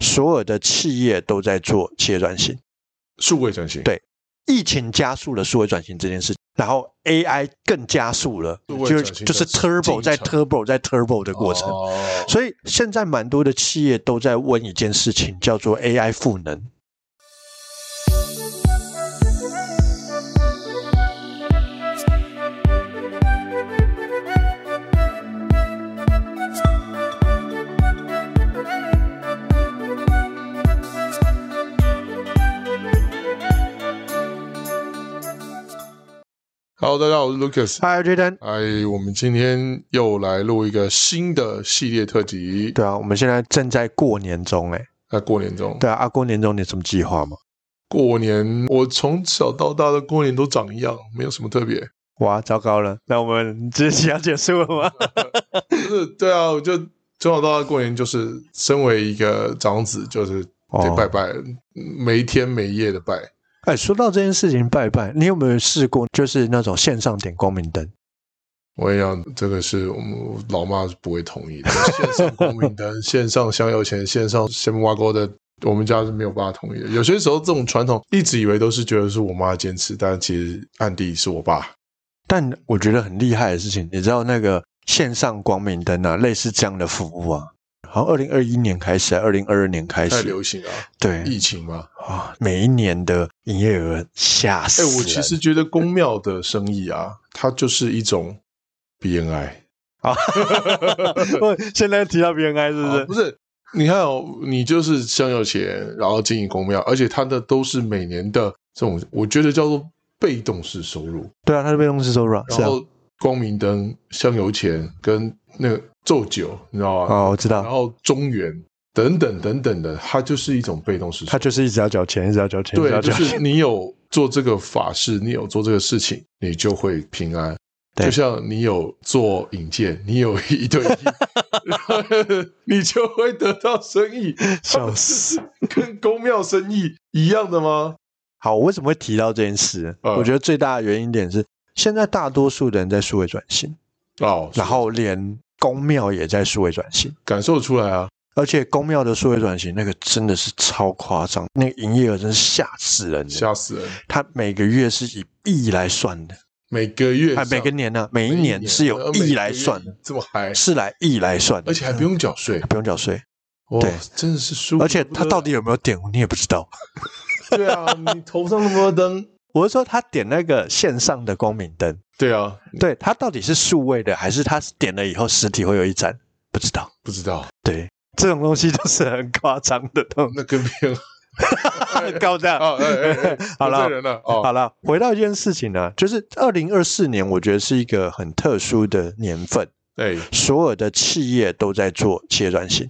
所有的企业都在做企业转型，数位转型，对疫情加速了数位转型这件事，然后 AI 更加速了，数位就转是型就是的进 turbo 在程 turbo 在 turbo 的过程。哦所以现在蛮多的企业都在问一件事情，叫做 AI 赋能。 Hello，大家好，我是 Lucas。 Hi, Jaden。哎，我们今天又来录一个新的系列特辑。对啊，我们现在正在过年中哎、在过年中，对啊，啊，过年中你有什么计划吗？过年我从小到大的过年都长一样，没有什么特别。哇，糟糕了，那我们这期要结束了吗？就是对啊，我就从小到大过年就是身为一个长子，就是得哦拜拜，没天没夜的拜。哎，说到这件事情拜拜，你有没有试过就是那种线上点光明灯？我跟你讲，这个是我们老妈是不会同意的。 线上光明灯、线上香油钱、线上鲜木瓜沟的，我们家是没有办法同意的。有些时候这种传统，一直以为都是觉得是我妈坚持，但其实暗地是我爸。但我觉得很厉害的事情，你知道那个线上光明灯啊，类似这样的服务啊，好像二零二一年开始，二零二二年开太始，流行了、啊对疫情嘛。啊，每一年的营业额吓死哎、人。我其实觉得公庙的生意啊，它就是一种 BNI。哎啊， 我现在提到 BNI 是不啊是？不是，你看哦，你就是香油钱，然后经营公庙，而且它的都是每年的这种，我觉得叫做被动式收入。对啊，它是被动式收入啊，是然啊，后光明灯、香油钱跟那个咒酒，你知道吗？啊，我知道然，后中原等等等等的，它就是一种被动式收 他入。就是一直要交钱，一直要交钱，一直对，要就交钱。是你有做这个法事，你有做这个事情，你就会平安。对就像你有做引荐，你有一 对一，你就会得到生意。笑 死！跟公庙生意一样的吗？好，我为什么会提到这件事？嗯我觉得最大的原因点是，现在大多数的人在数位转型，哦，然后连公庙也在数位转型，感受出来啊，而且公庙的数位转型那个真的是超夸张，那个营业额真是吓死人的。吓死人！他每个月是以亿来算的，每个月哎，上每个年呢、每一每年是有亿来算的的，，这么嗨，是来亿来算的，哎而且还不用缴税，不用缴税，嗯哇对，真的是舒服。而且他到底有没有点，你也不知道。对啊？你头上那么多灯，我是说，他点那个线上的光明灯，对啊， 对，它到底是数位的，还是它点了以后实体会有一盏？不知道。不知道对，这种东西就是很夸张的东那跟别人 西，高大。 啊，哎哎哎好得了罪，人了哦，好了，回到一件事情呢、就是二零二四年，我觉得是一个很特殊的年份，哎，所有的企业都在做企业转型，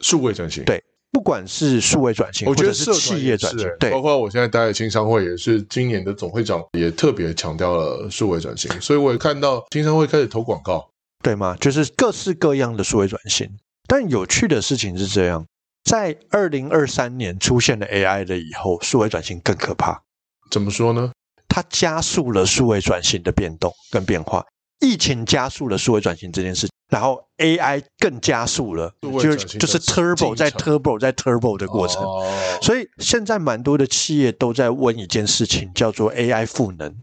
数位转型，对不管是数位转型，我觉或得者社是团企也业是转型欸，对包括我现在待的青商会也是今年的总会长也特别强调了数位转型，所以我也看到青商会开始投广告，对吗？就是各式各样的数位转型。但有趣的事情是这样，在二零二三年出现了 AI 了以后，数位转型更可怕。怎么说呢？它加速了数位转型的变动跟变化。疫情加速了数位转型这件事，然后 AI 更加速了，数位就转是型就的是 turbo 进程在 turbo 在 turbo 的过程。哦所以现在蛮多的企业都在问一件事情，叫做 AI 赋能，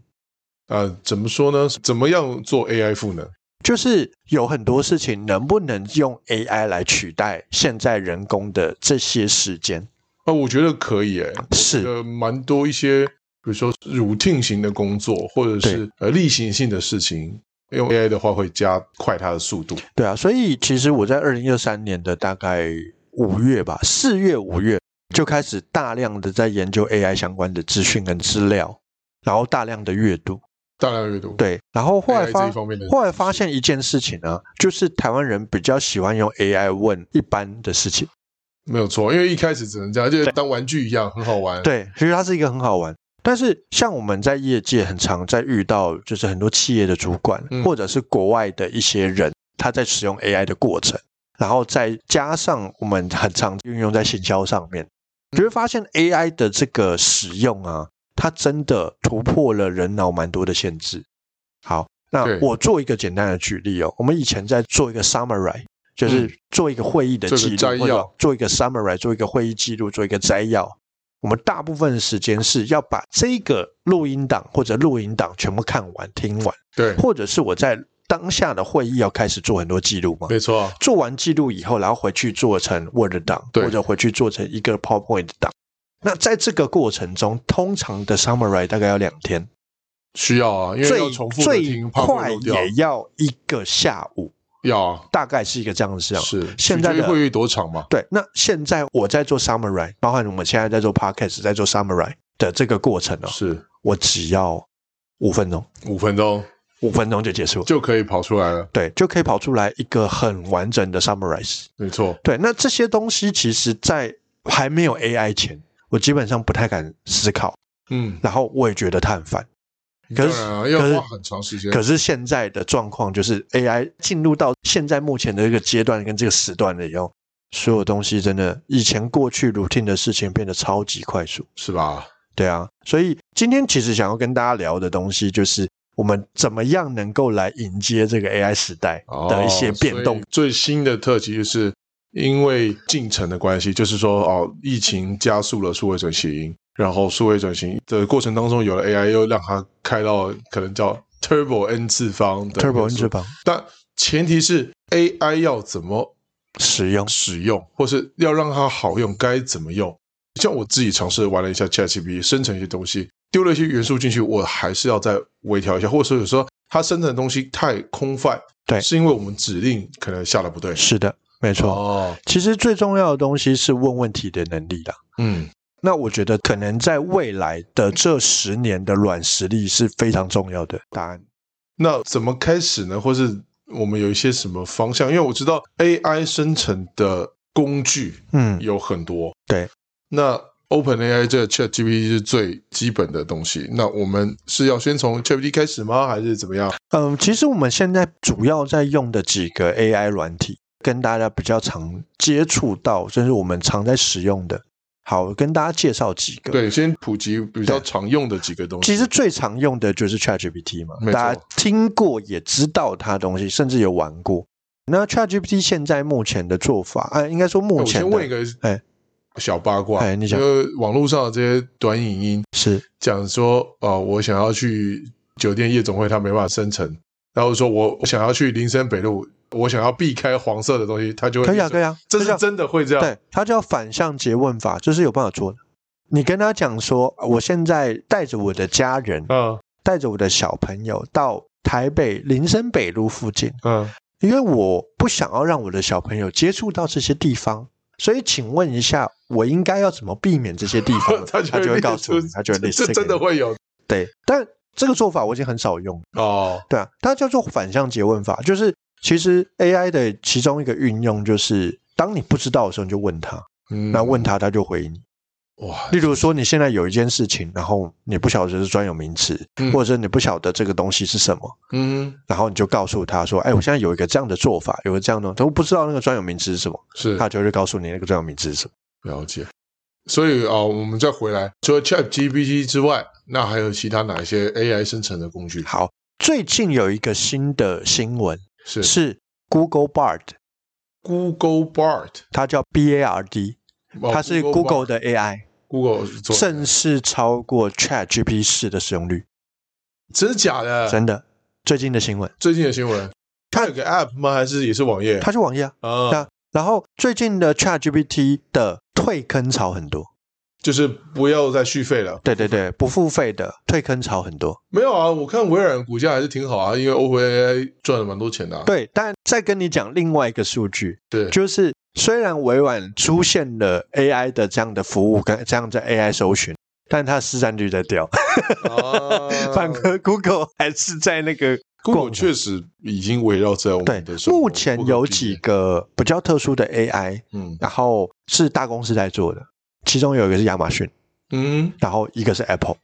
呃，怎么说呢？怎么样做 AI 赋能？就是有很多事情能不能用 AI 来取代现在人工的这些时间？啊，我觉得可以诶、是呃，蛮多一些，比如说 routine 型的工作，或者是呃例行性的事情，用 AI 的话会加快它的速度。对啊，所以其实我在二零二三年的大概五月吧，四月五月就开始大量的在研究 AI 相关的资讯跟资料，然后大量的阅读，大量阅读，对，然后后来 AI 这发一方面的，后来发现一件事情呢、就是台湾人比较喜欢用 AI 问一般的事情，没有错，因为一开始只能这样，就当玩具一样，很好玩。，对，其实它是一个很好玩。但是像我们在业界很常在遇到，就是很多企业的主管、嗯或者是国外的一些人，他在使用 AI 的过程，然后再加上我们很常运用在行销上面，嗯你会发现 AI 的这个使用啊，它真的突破了人脑蛮多的限制。好，那对我做一个简单的举例哦，我们以前在做一个 summary，嗯就是做一个会议的这个记录，摘或者要做一个 summary，做一个会议记录，做一个摘要。我们大部分的时间是要把这个录音档或者录影档全部看完、听完，对，或者是我在当下的会议要开始做很多记录嘛。没错，做完记录以后，然后回去做成 Word 档，对或者回去做成一个 PowerPoint 档。那在这个过程中，通常的 summary 大概要两天，需要啊，因为最要重复的最听，怕会快漏掉。也要一个下午，要啊，大概是一个这样的事情。是现在的取决于会议多长嘛？对，那现在我在做 summary，包含我们现在在做 podcast，在做 summary 的这个过程哦，是我只要五分钟，五分钟五分钟就结束了，就可以跑出来了，对，就可以跑出来一个很完整的 summarize。没错，对，那这些东西其实，在还没有 AI 前，我基本上不太敢思考，嗯，然后我也觉得它很烦。可当是，然啊，可要是花很长时间，可是现在的状况就是 AI 进入到现在目前的这个阶段跟这个时段了以后，所有东西真的以前过去 routine 的事情变得超级快速。是吧？对啊，所以今天其实想要跟大家聊的东西就是。我们怎么样能够来迎接这个 AI 时代哦的一些变动？所以最新的特辑就是因为进程的关系，就是说哦，疫情加速了数位转型，然后数位转型的过程当中，有了 AI 又让它开到可能叫 Turbo N 次方的 Turbo 元 N 素字方但前提是 AI 要怎么使用使用，或是要让它好用，该怎么用？像我自己尝试玩了一下 ChatGPT，生成一些东西，丢了一些元素进去，我还是要再微调一下，或者说有时候它生成的东西太空泛，对是因为我们指令可能下的不对。是的，没错。哦，其实最重要的东西是问问题的能力啦。嗯，那我觉得可能在未来的这十年的软实力是非常重要的答案。那怎么开始呢？或是我们有一些什么方向？因为我知道 AI 生成的工具嗯，有很多，对。那 OpenAI 这个 ChatGPT 是最基本的东西，那我们是要先从 ChatGPT 开始吗？还是怎么样？嗯，其实我们现在主要在用的几个 AI 软体，跟大家比较常接触到，就是我们常在使用的。好，我跟大家介绍几个。，对，先普及比较常用的几个东西。其实最常用的就是 ChatGPT 嘛没，错大家听过也知道它的东西，甚至有玩过。那 ChatGPT 现在目前的做法，啊，应该说哎目我前先的问一个，哎小八卦，哎你讲因为网络上的这些短影音是讲说，呃，我想要去酒店夜总会，它没办法生成，然后说我我想要去林森北路，我想要避开黄色的东西，它就会可以啊，生成可以啊，就这这是样真的会这样，对，它叫反向诘问法，这是有办法做的。你跟他讲说，我现在带着我的家人，嗯带着我的小朋友到台北林森北路附近，嗯，因为我不想要让我的小朋友接触到这些地方，所以请问一下，我应该要怎么避免这些地方？ 它他就就会会告诉你，列出他就会类似这这真的会有对，但这个做法我已经很少用了。哦，对啊，它叫做反向诘问法，就是其实 AI 的其中一个运用就是，当你不知道的时候，你就问他，嗯那问他他就回你。哇，例如说，你现在有一件事情，然后你不晓得这是专有名词，嗯或者是你不晓得这个东西是什么，嗯，然后你就告诉他说：“哎，我现在有一个这样的做法，有个这样的，都不知道那个专有名词是什么。”是他就会告诉你那个专有名词是什么。了解。所以啊、我们再回来，除了 Chat GPT 之外，那还有其他哪一些 AI 生成的工具？好，最近有一个新的新闻是是 Google Bard， Google Bard，它叫 BARD，哦它是 Google 的 AI， Google 做的正式超过 Chat GPT 四的使用率，真的假的？真的。最近的新闻，最近的新闻，它有个 App 吗？还是也是网页？它是网页啊。啊，那然后最近的 Chat GPT 的退坑潮很多。就是不要再续费了。对对对，不付费的退坑潮很多。没有啊，我看微软股价还是挺好啊，因为 OpenAI 赚了蛮多钱的、啊。对，但再跟你讲另外一个数据，对，就是虽然微软出现了 AI 的这样的服务跟这样的 AI 搜寻，但它的市占率在掉，啊 反而 Google 还是在那个 Google 逛确实已经围绕在我对们的。生活目前有几个比较特殊的 AI，嗯然后是大公司在做的，其中有一个是亚马逊，嗯，然后一个是 Apple。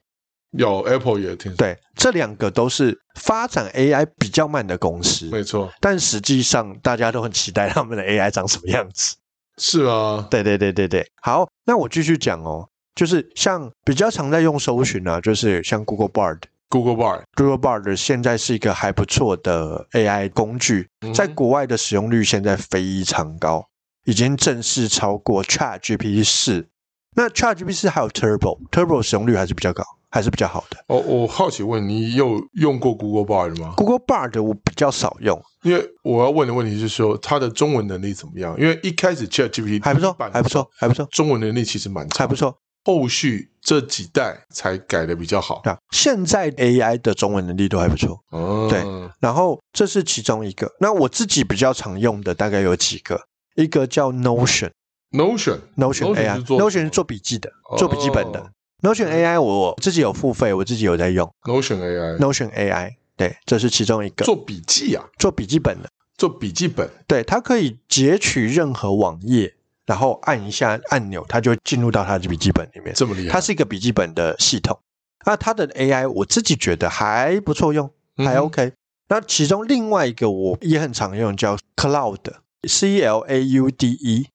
有 Apple 也挺对，这两个都是发展 AI 比较慢的公司。没错，但实际上大家都很期待他们的 AI 长什么样子。是啊，对对对对对，好，那我继续讲哦，就是像比较常在用搜寻啊，就是像 Google Bard， Google Bar， Google Bard 现在是一个还不错的 AI 工具，嗯在国外的使用率现在非常高，已经正式超过 ChatGPT 四。那 ChatGPT 四还有 Turbo，Turbo 使用率还是比较高，还是比较好的。哦，我好奇问你有用过 Google Bard 吗？ Google Bard 我比较少用，因为我要问的问题是说它的中文能力怎么样？因为一开始 ChatGPT 还不错，版还不错，还不错，中文能力其实蛮差，还不错。后续这几代才改的比较好。对啊，现在 AI 的中文能力都还不错。嗯，对然后这是其中一个。那我自己比较常用的大概有几个，一个叫 Notion，Notion ，Notion AI，Notion 是是做什么做笔记的，做笔记本的。哦 Notion AI 我自己有付费，我自己有在用 Notion AI Notion AI。对，这是其中一个做笔记啊，做笔记本的，做笔记本。对，它可以截取任何网页，然后按一下按钮，它就会进入到它的笔记本里面。这么厉害，嗯它是一个笔记本的系统。那它的 AI 我自己觉得还不错用，嗯还 OK。那其中另外一个我也很常用，叫 Cloud，C L A U D E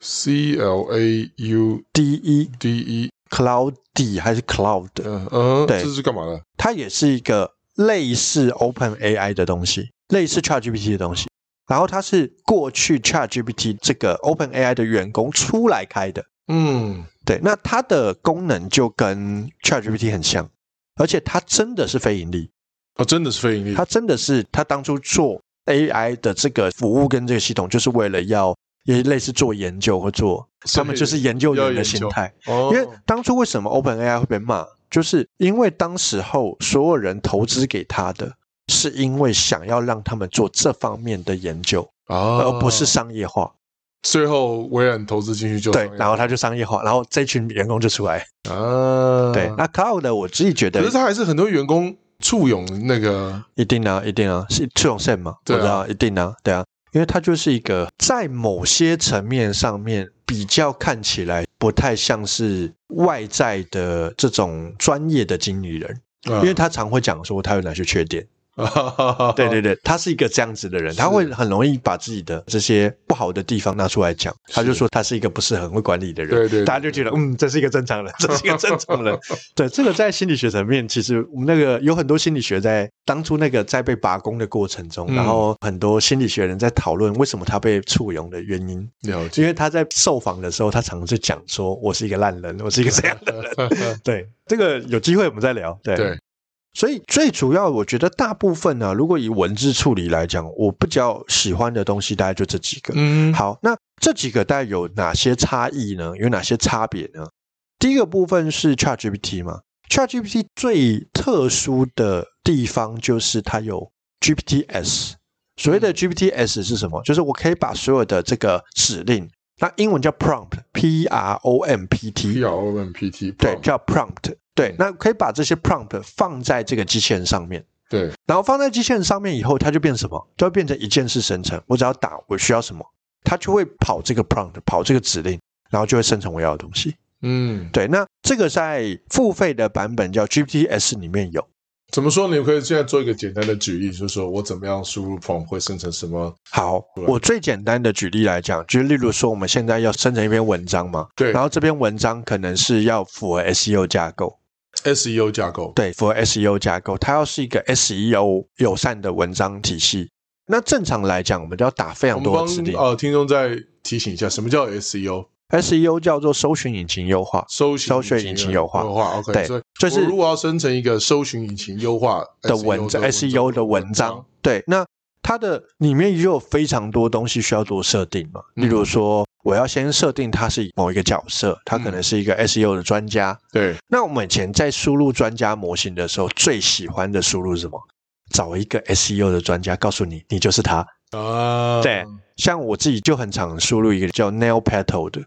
C L A U D E D E， Cloud D 还是 Cloud，嗯嗯，对这是干嘛的？它也是一个类似 Open AI 的东西，类似 ChatGPT 的东西。然后它是过去 ChatGPT 这个 Open AI 的员工出来开的，嗯，对，那它的功能就跟 ChatGPT 很像，而且它真的是非盈利，哦，真的是非盈利他真的是他当初做 AI 的这个服务跟这个系统，就是为了要也类似做研究或做，他所以们就是研究员的心态。哦因，为当初为什么 OpenAI 会被骂，就是因为当时候所有人投资给他的。是因为想要让他们做这方面的研究，啊而呃不是商业化。最后微软投资进去就对，商业然后他就商业化，然后这群员工就出来。啊，对，那 Cloud 我自己觉可得是他还是很多员工簇拥那个一定啊，一定啊，是赤永胜嘛？对啊我知道，一定啊，对啊，因为它就是一个在某些层面上面比较看起来不太像是外在的这种专业的经理人，啊因为他常会讲说他有哪些缺点。对 对对对，他是一个这样子的人，是他会很容易把自己的这些不好的地方拿出来讲，他就说他是一个不是很会管理的人。对对，大家就觉得，嗯，这是一个正常 人，这是一个正常人。对，这个在心理学层面，其实我们那个有很多心理学在当初那个在被罢工的过程中，嗯然后很多心理学人在讨论为什么他被簇拥的原因，了因 解，为他在受访的时候，他常常就讲说我是一个烂人，我是一个 这样的人。对，这个有机会我们再聊。对。对所以最主要，我觉得大部分呢、如果以文字处理来讲，我比较喜欢的东西大概就这几个。嗯，好，那这几个大概有哪些差异呢？有哪些差别呢？第一个部分是 ChatGPT 嘛，ChatGPT 最特殊的地方就是它有 GPTs。所谓的嗯 GPTs 是什么？就是我可以把所有的这个指令，那英文叫 prompt，P R O M P P T， R O N P T，对， prompt，叫 prompt，对，那可以把这些 prompt 放在这个机器人上面。对，然后放在基线上面以后，它就变什么？就会变成一键式生成。我只要打我需要什么，它就会跑这个 prompt，跑这个指令，然后就会生成我要的东西。嗯，对，那这个在付费的版本叫 GPTs 里面有。怎么说？你可以现在做一个简单的举例，就是说我怎么样输入 prompt 会生成什么？好，我最简单的举例来讲，就是例如说我们现在要生成一篇文章嘛，对，然后这篇文章可能是要符合 SEO 架构， SEO E 架构，对，符合 SEO 架构，它要是一个 SEO 友善的文章体系。那正常来讲，我们就要打非我常们多的指帮令。呃听众再提醒一下，什么叫 SEO？ SEO E 叫做搜寻引擎优化，搜寻搜寻引擎优化优化，OK，对所以就是我如果要生成一个搜寻引擎优化 E 的文章 SEO 的文章，，对，那它的里面也有非常多东西需要做设定嘛，嗯例如说我要先设定它是某一个角色，它嗯可能是一个 SEO 的专家。对，那我们以前在输入专家模型的时候，最喜欢的输入是什么？找一个 SEO 的专家，告诉你你就是他。啊，对像我自己就很常输入一个叫 Neil Patel 的，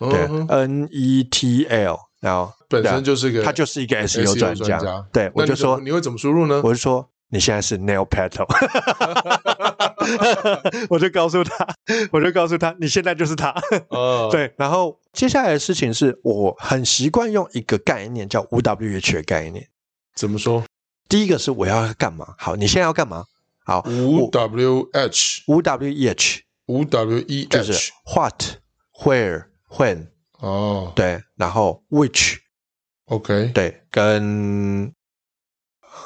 嗯对哼， ，N E T L，然后啊本身就是一个，他就是一个 SEO SEO 专专家家。对，我那你就怎么说你会怎么输入呢？我就说你现在是 nail petal，我就告诉他，我就告诉他，你现在就是他。啊，对，然后接下来的事情是我很习惯用一个概念叫 5WH 的概念。怎么说第一个是我要干嘛？好，你现在要干嘛？好，五我 W H 5 WH 五 W E 就 H 是 what、where、when，哦对，然后 which， ，OK，对，跟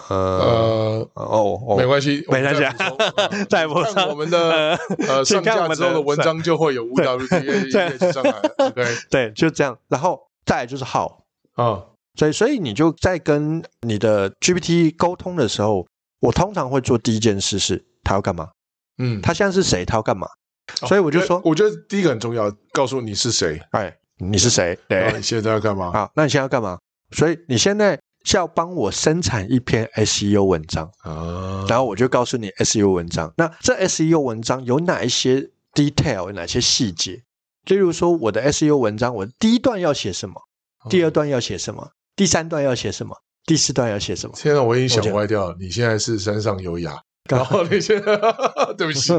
呃，呃，哦哦，没关系， 没关系啊我们再补充 再补充呃看我们的 呃请上看我架们之后的的文章就会有 WTA 对页上来了，OK 对，就这样。然后再来就是号，啊，所以所以你就在跟你的 GPT 沟通的时候，我通常会做第一件事是他要干嘛，嗯，他现在是谁，他要干嘛。哦所以我就说，我觉得第一个很重要，告诉你是谁，哎，你是谁？然对后，你现在要干嘛好，那你现在要干嘛？所以你现在是要帮我生产一篇 SEO 文章，啊？然后我就告诉你 SEO 文章。那这 SEO 文章有哪一些 detail，有哪些细节？例如说，我的 SEO 文章，我第一段要写什么，第二段要写什么，第三段要写什么，第四段要写什么？天啊，我已经我觉想得歪掉了。你现在是山上优雅，然后你现在 对 不起，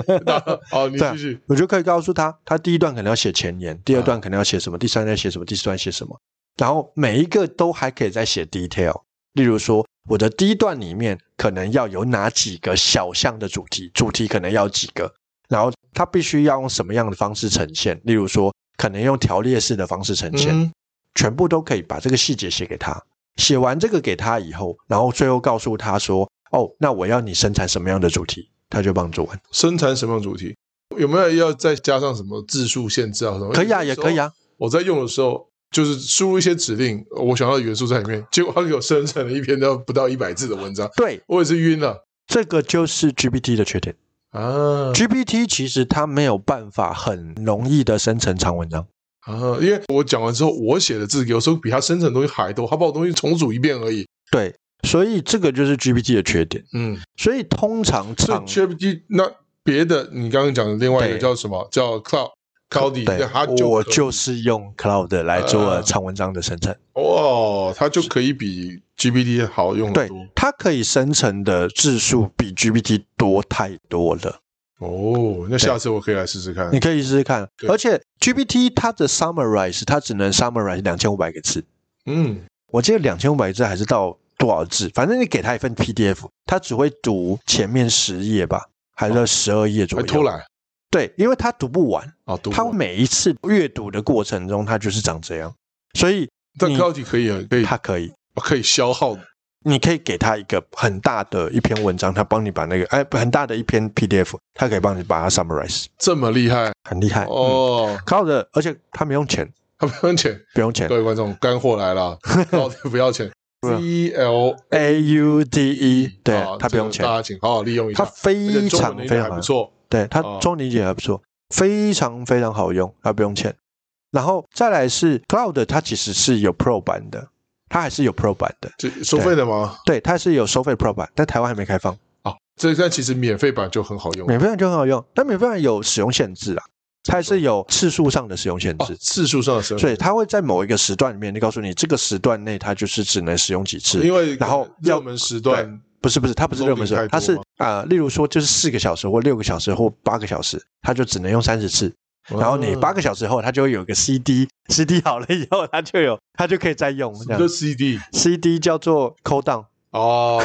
好，你对啊继续。我就可以告诉他，他第一段可能要写前啊言，第二段可能要写什么，第三段写什么，第四段写什么，然后每一个都还可以再写 detail。例如说，我的第一段里面可能要有哪几个小项的主题，主题可能要几个，然后它必须要用什么样的方式呈现。例如说，可能用条列式的方式呈现，嗯，全部都可以把这个细节写给他。写完这个给他以后，然后最后告诉他说：“哦，那我要你生产什么样的主题？”他就帮你做完。生产什么样的主题？有没有要再加上什么字数限制啊？什么可以啊，也可以。有的时候啊。我在用的时候，就是输入一些指令，我想要的元素在里面，结果它给我生成了一篇都不到一百字的文章，对，我也是晕了这个就是 GPT 的缺点。啊 GPT 其实它没有办法很容易的生成长文章。啊！因为我讲完之后，我写的字有时候比它生成的东西还多，它把我东西重组一遍而已。对，所以这个就是 GPT 的缺点。嗯，所以通常所以长 GPT 那别的，你刚刚讲的另外一个嗯对叫什么？叫 Cloud Cloudy，对它，就我可以就是用 Cloud 来做呃长文章的生成。哦，它就可以比 GPT 好用得对多，它可以生成的字数比 GPT 多太多了。哦。那下次我可以来试试看你。可以试试看。嗯对而且 GPT 它的 summarize 它只能 summarize 两千五百个字，嗯，我记得两千五百字还是到多少字，反正你给他一份 PDF，他只会读前面十页吧，还哦是十二页左还右。偷懒对，因为他读不完，啊，读他不完每一次阅读的过程中，他就是长这样，所以但你 Cloudy 可以啊，可以他可以，可以消耗你可以给他一个很大的一篇文章，他帮你把那个哎很大的一篇 PDF，他可以帮你把它 summarize，这么厉害很厉害。哦，哦。靠的，而且他没用钱，它不用钱，不用钱各位观众，干货来 了，Cloudy 不要钱，C 啊 L ，A U D E，对啊他不用这个大钱，家请好好利用一他下。而且非中文常能力非还常不好。错，对，它哦中文理解还不错，非常非常好用，它不用钱。然后再来是 Cloud，它其实是有 Pro 版的，它还是有 Pro 版的，这收费的吗？对，它是有收费 Pro 版，但台湾还没开放，啊，这但其实免费版就很好用免费版就很好用，但免费版有使用限制啦，它还是有次数上的使用限啊制，，次数上的使用所以它会在某一个时段里面，就告诉你这个时段内它就是只能使用几次，啊因为然后热要门时段不是不是，它不是热门时段， loading 它太多是吗啊、呃例如说就是四个小时或六个小时或八个小时，它就只能用三十次。然后你嗯八个小时后，它就会有一个 CD，CD 好了以后，它就有，它就可以再用。这就样 CD CD 叫做 code down， 哦，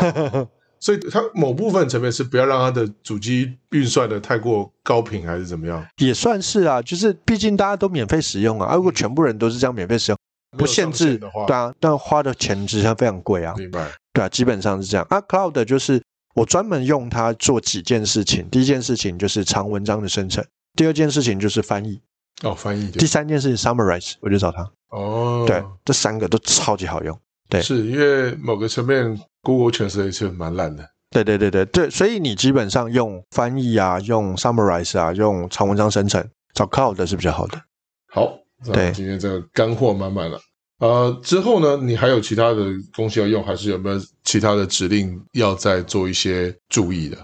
所以它某部分层面是不要让它的主机运算的太过高频，还是怎么样？也算是啊，就是毕竟大家都免费使用啊，啊如果全部人都是这样免费使用，不限嗯没制有上限的话，对啊，但花的钱实际上非常贵啊，明白。对啊，基本上是这样。啊，Cloud 就是我专门用它做几件事情，第一件事情就是长文章的生成，第二件事情就是翻译，哦，翻译第对三件事情 summarize，我就找它。哦，对，这三个都超级好用。对是因为某个层面，Google Translation 蛮烂的。对对对对对，所以你基本上用翻译啊，用 summarize 啊，用长文章生成，找 Cloud 是比较好的。好，那对今天这个干货满满了。呃，之后呢，你还有其他的东西要用，还是有没有其他的指令要再做一些注意的？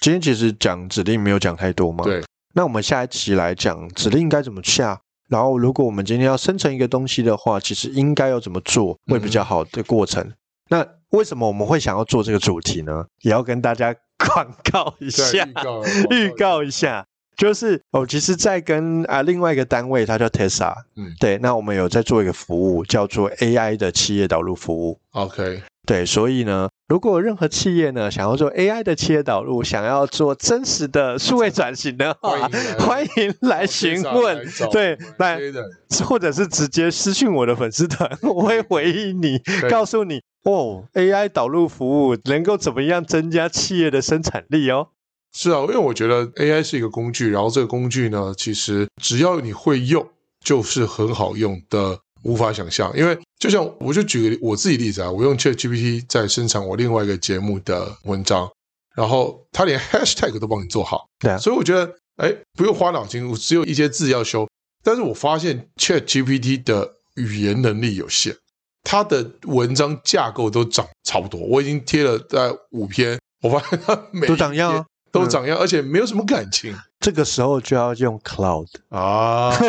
今天其实讲指令没有讲太多嘛，对。那我们下一期来讲指令应该怎么下，然后如果我们今天要生成一个东西的话，其实应该要怎么做会比较好的过嗯程。那为什么我们会想要做这个主题呢？也要跟大家 广告一对下预。告预告一下，就是我其实，在跟啊、另外一个单位，它叫 Tesla，嗯对，那我们有在做一个服务，叫做 AI 的企业导入服务， ，OK，对，所以呢，如果有任何企业呢想要做 AI 的企业导入，想要做真实的数位转型的话，欢迎来 欢迎来询问，对，来来找我们 J 的或者是直接私信我的粉丝团，我会回应你，对告诉你哦，AI 导入服务能够怎么样增加企业的生产力哦。是啊，因为我觉得 AI 是一个工具，然后这个工具呢，其实只要你会用，就是很好用的，无法想象。因为就像我就举个我自己例子啊，我用 ChatGPT 在生产我另外一个节目的文章，然后它连 Hashtag 都帮你做好，对啊所以我觉得哎，不用花脑筋，我只有一些字要修。但是我发现 ChatGPT 的语言能力有限，它的文章架构都长差不多。我已经贴了在五篇，我发现它每都长一样啊篇都长样，而且没有什么感情这个时候就要用 cloud。啊。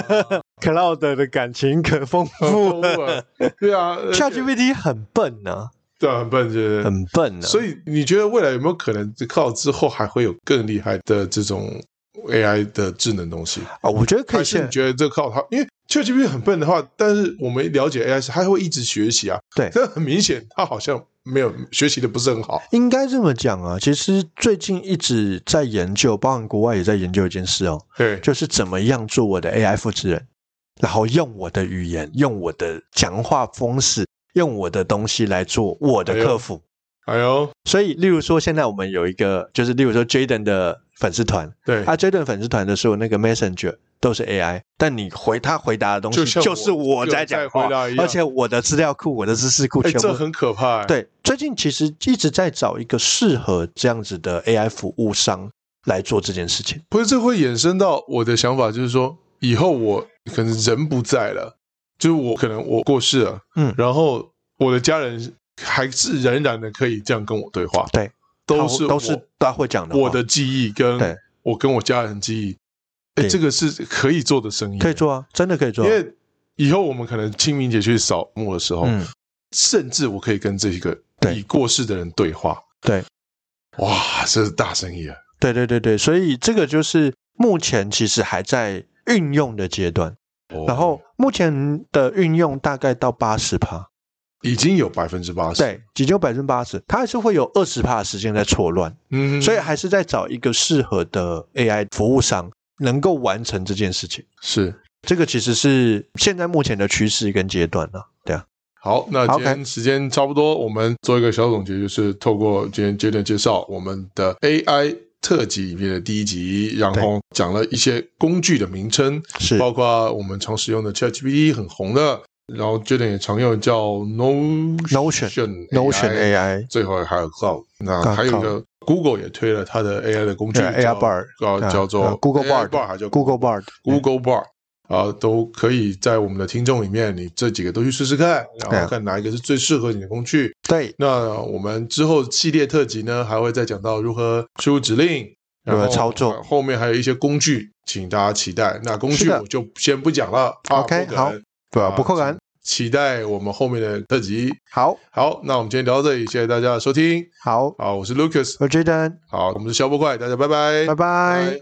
Cloud 的感情可丰富了。对 啊 ChatGPT 很笨呐、对啊，很笨，就是很笨啊呐、所以你觉得未来有没有可能靠之后还会有更厉害的这种 AI 的智能东西？啊，我觉得可还以是你现觉得这靠它？因为 ChatGPT 很笨的话，但是我们了解 AI 是它会一直学习啊。对但很明显它好像没有学习的不是很好。应该这么讲啊。其实最近一直在研究，包含国外也在研究一件事哦，对，就是怎么样做我的 AI 复制人，然后用我的语言、用我的讲话方式、用我的东西来做我的哎呦客服。哎呦，所以，例如说，现在我们有一个，就是例如说 Jaden 的粉丝团，对，啊，Jaden 粉丝团的所有那个 Messenger 都是 AI，但你回他回答的东西就像我就是我在讲话就在回答一，样而且我的资料库、我的知识库哎，全部、这很可怕、哎，对。最近其实一直在找一个适合这样子的 AI 服务商来做这件事情。不是这会衍生到我的想法，就是说以后我可能人不在了，就是我可能我过世了，嗯然后我的家人还是仍然的可以这样跟我对话，对，都他是都是他会讲的我话，我的记忆跟对我跟我家人记忆，哎，对这个是可以做的生意，可以，做啊，真的可以做因啊、为以后我们可能清明节去扫墓的时候，嗯，甚至我可以跟这一个对已过世的人对话，对，哇，这是大生意啊，对对对对，所以这个就是目前其实还在运用的阶段，哦然后目前的运用大概到八十趴。已经有百分之八十，，对，仅有百分之八十，它还是会有二十帕的时间在错乱，嗯，所以还是在找一个适合的 AI 服务商能够完成这件事情。是。这个其实是现在目前的趋势跟阶段啊，对啊，好，那今 OK 天时间差不多我们做一个小总结，就是透过今天 j 段介绍啊我们的 AI 特辑里面的第一集，然后讲了一些工具的名称，是包括我们常使用的 ChatGPT 很红的，然后 j 段也常用叫 Notion Notion Notion AI 最后还有 Cloud，那啊还有一 Cloud 个 Google 也推了它的 AI 的工具对 AI 叫 Bard 叫啊叫做啊 Google AI Bard Bard 还叫 Google Bard， Google Bar 啊，都可以在我们的听众里面，你这几个都去试试看，然对后啊看哪一个是最适合你的工具。对，那我们之后系列特辑呢，还会再讲到如何输入指令。然如后呃何操作后面还有一些工具，请大家期待。那工具是的我就先不讲了。啊 OK，不可能好对吧？啊不扣感，期待我们后面的特辑。好好，那我们今天聊到这里，谢谢大家的收听。好，好，我是 Lucas，我 Jaden，好，我们是消波怪，大家拜拜，拜拜。拜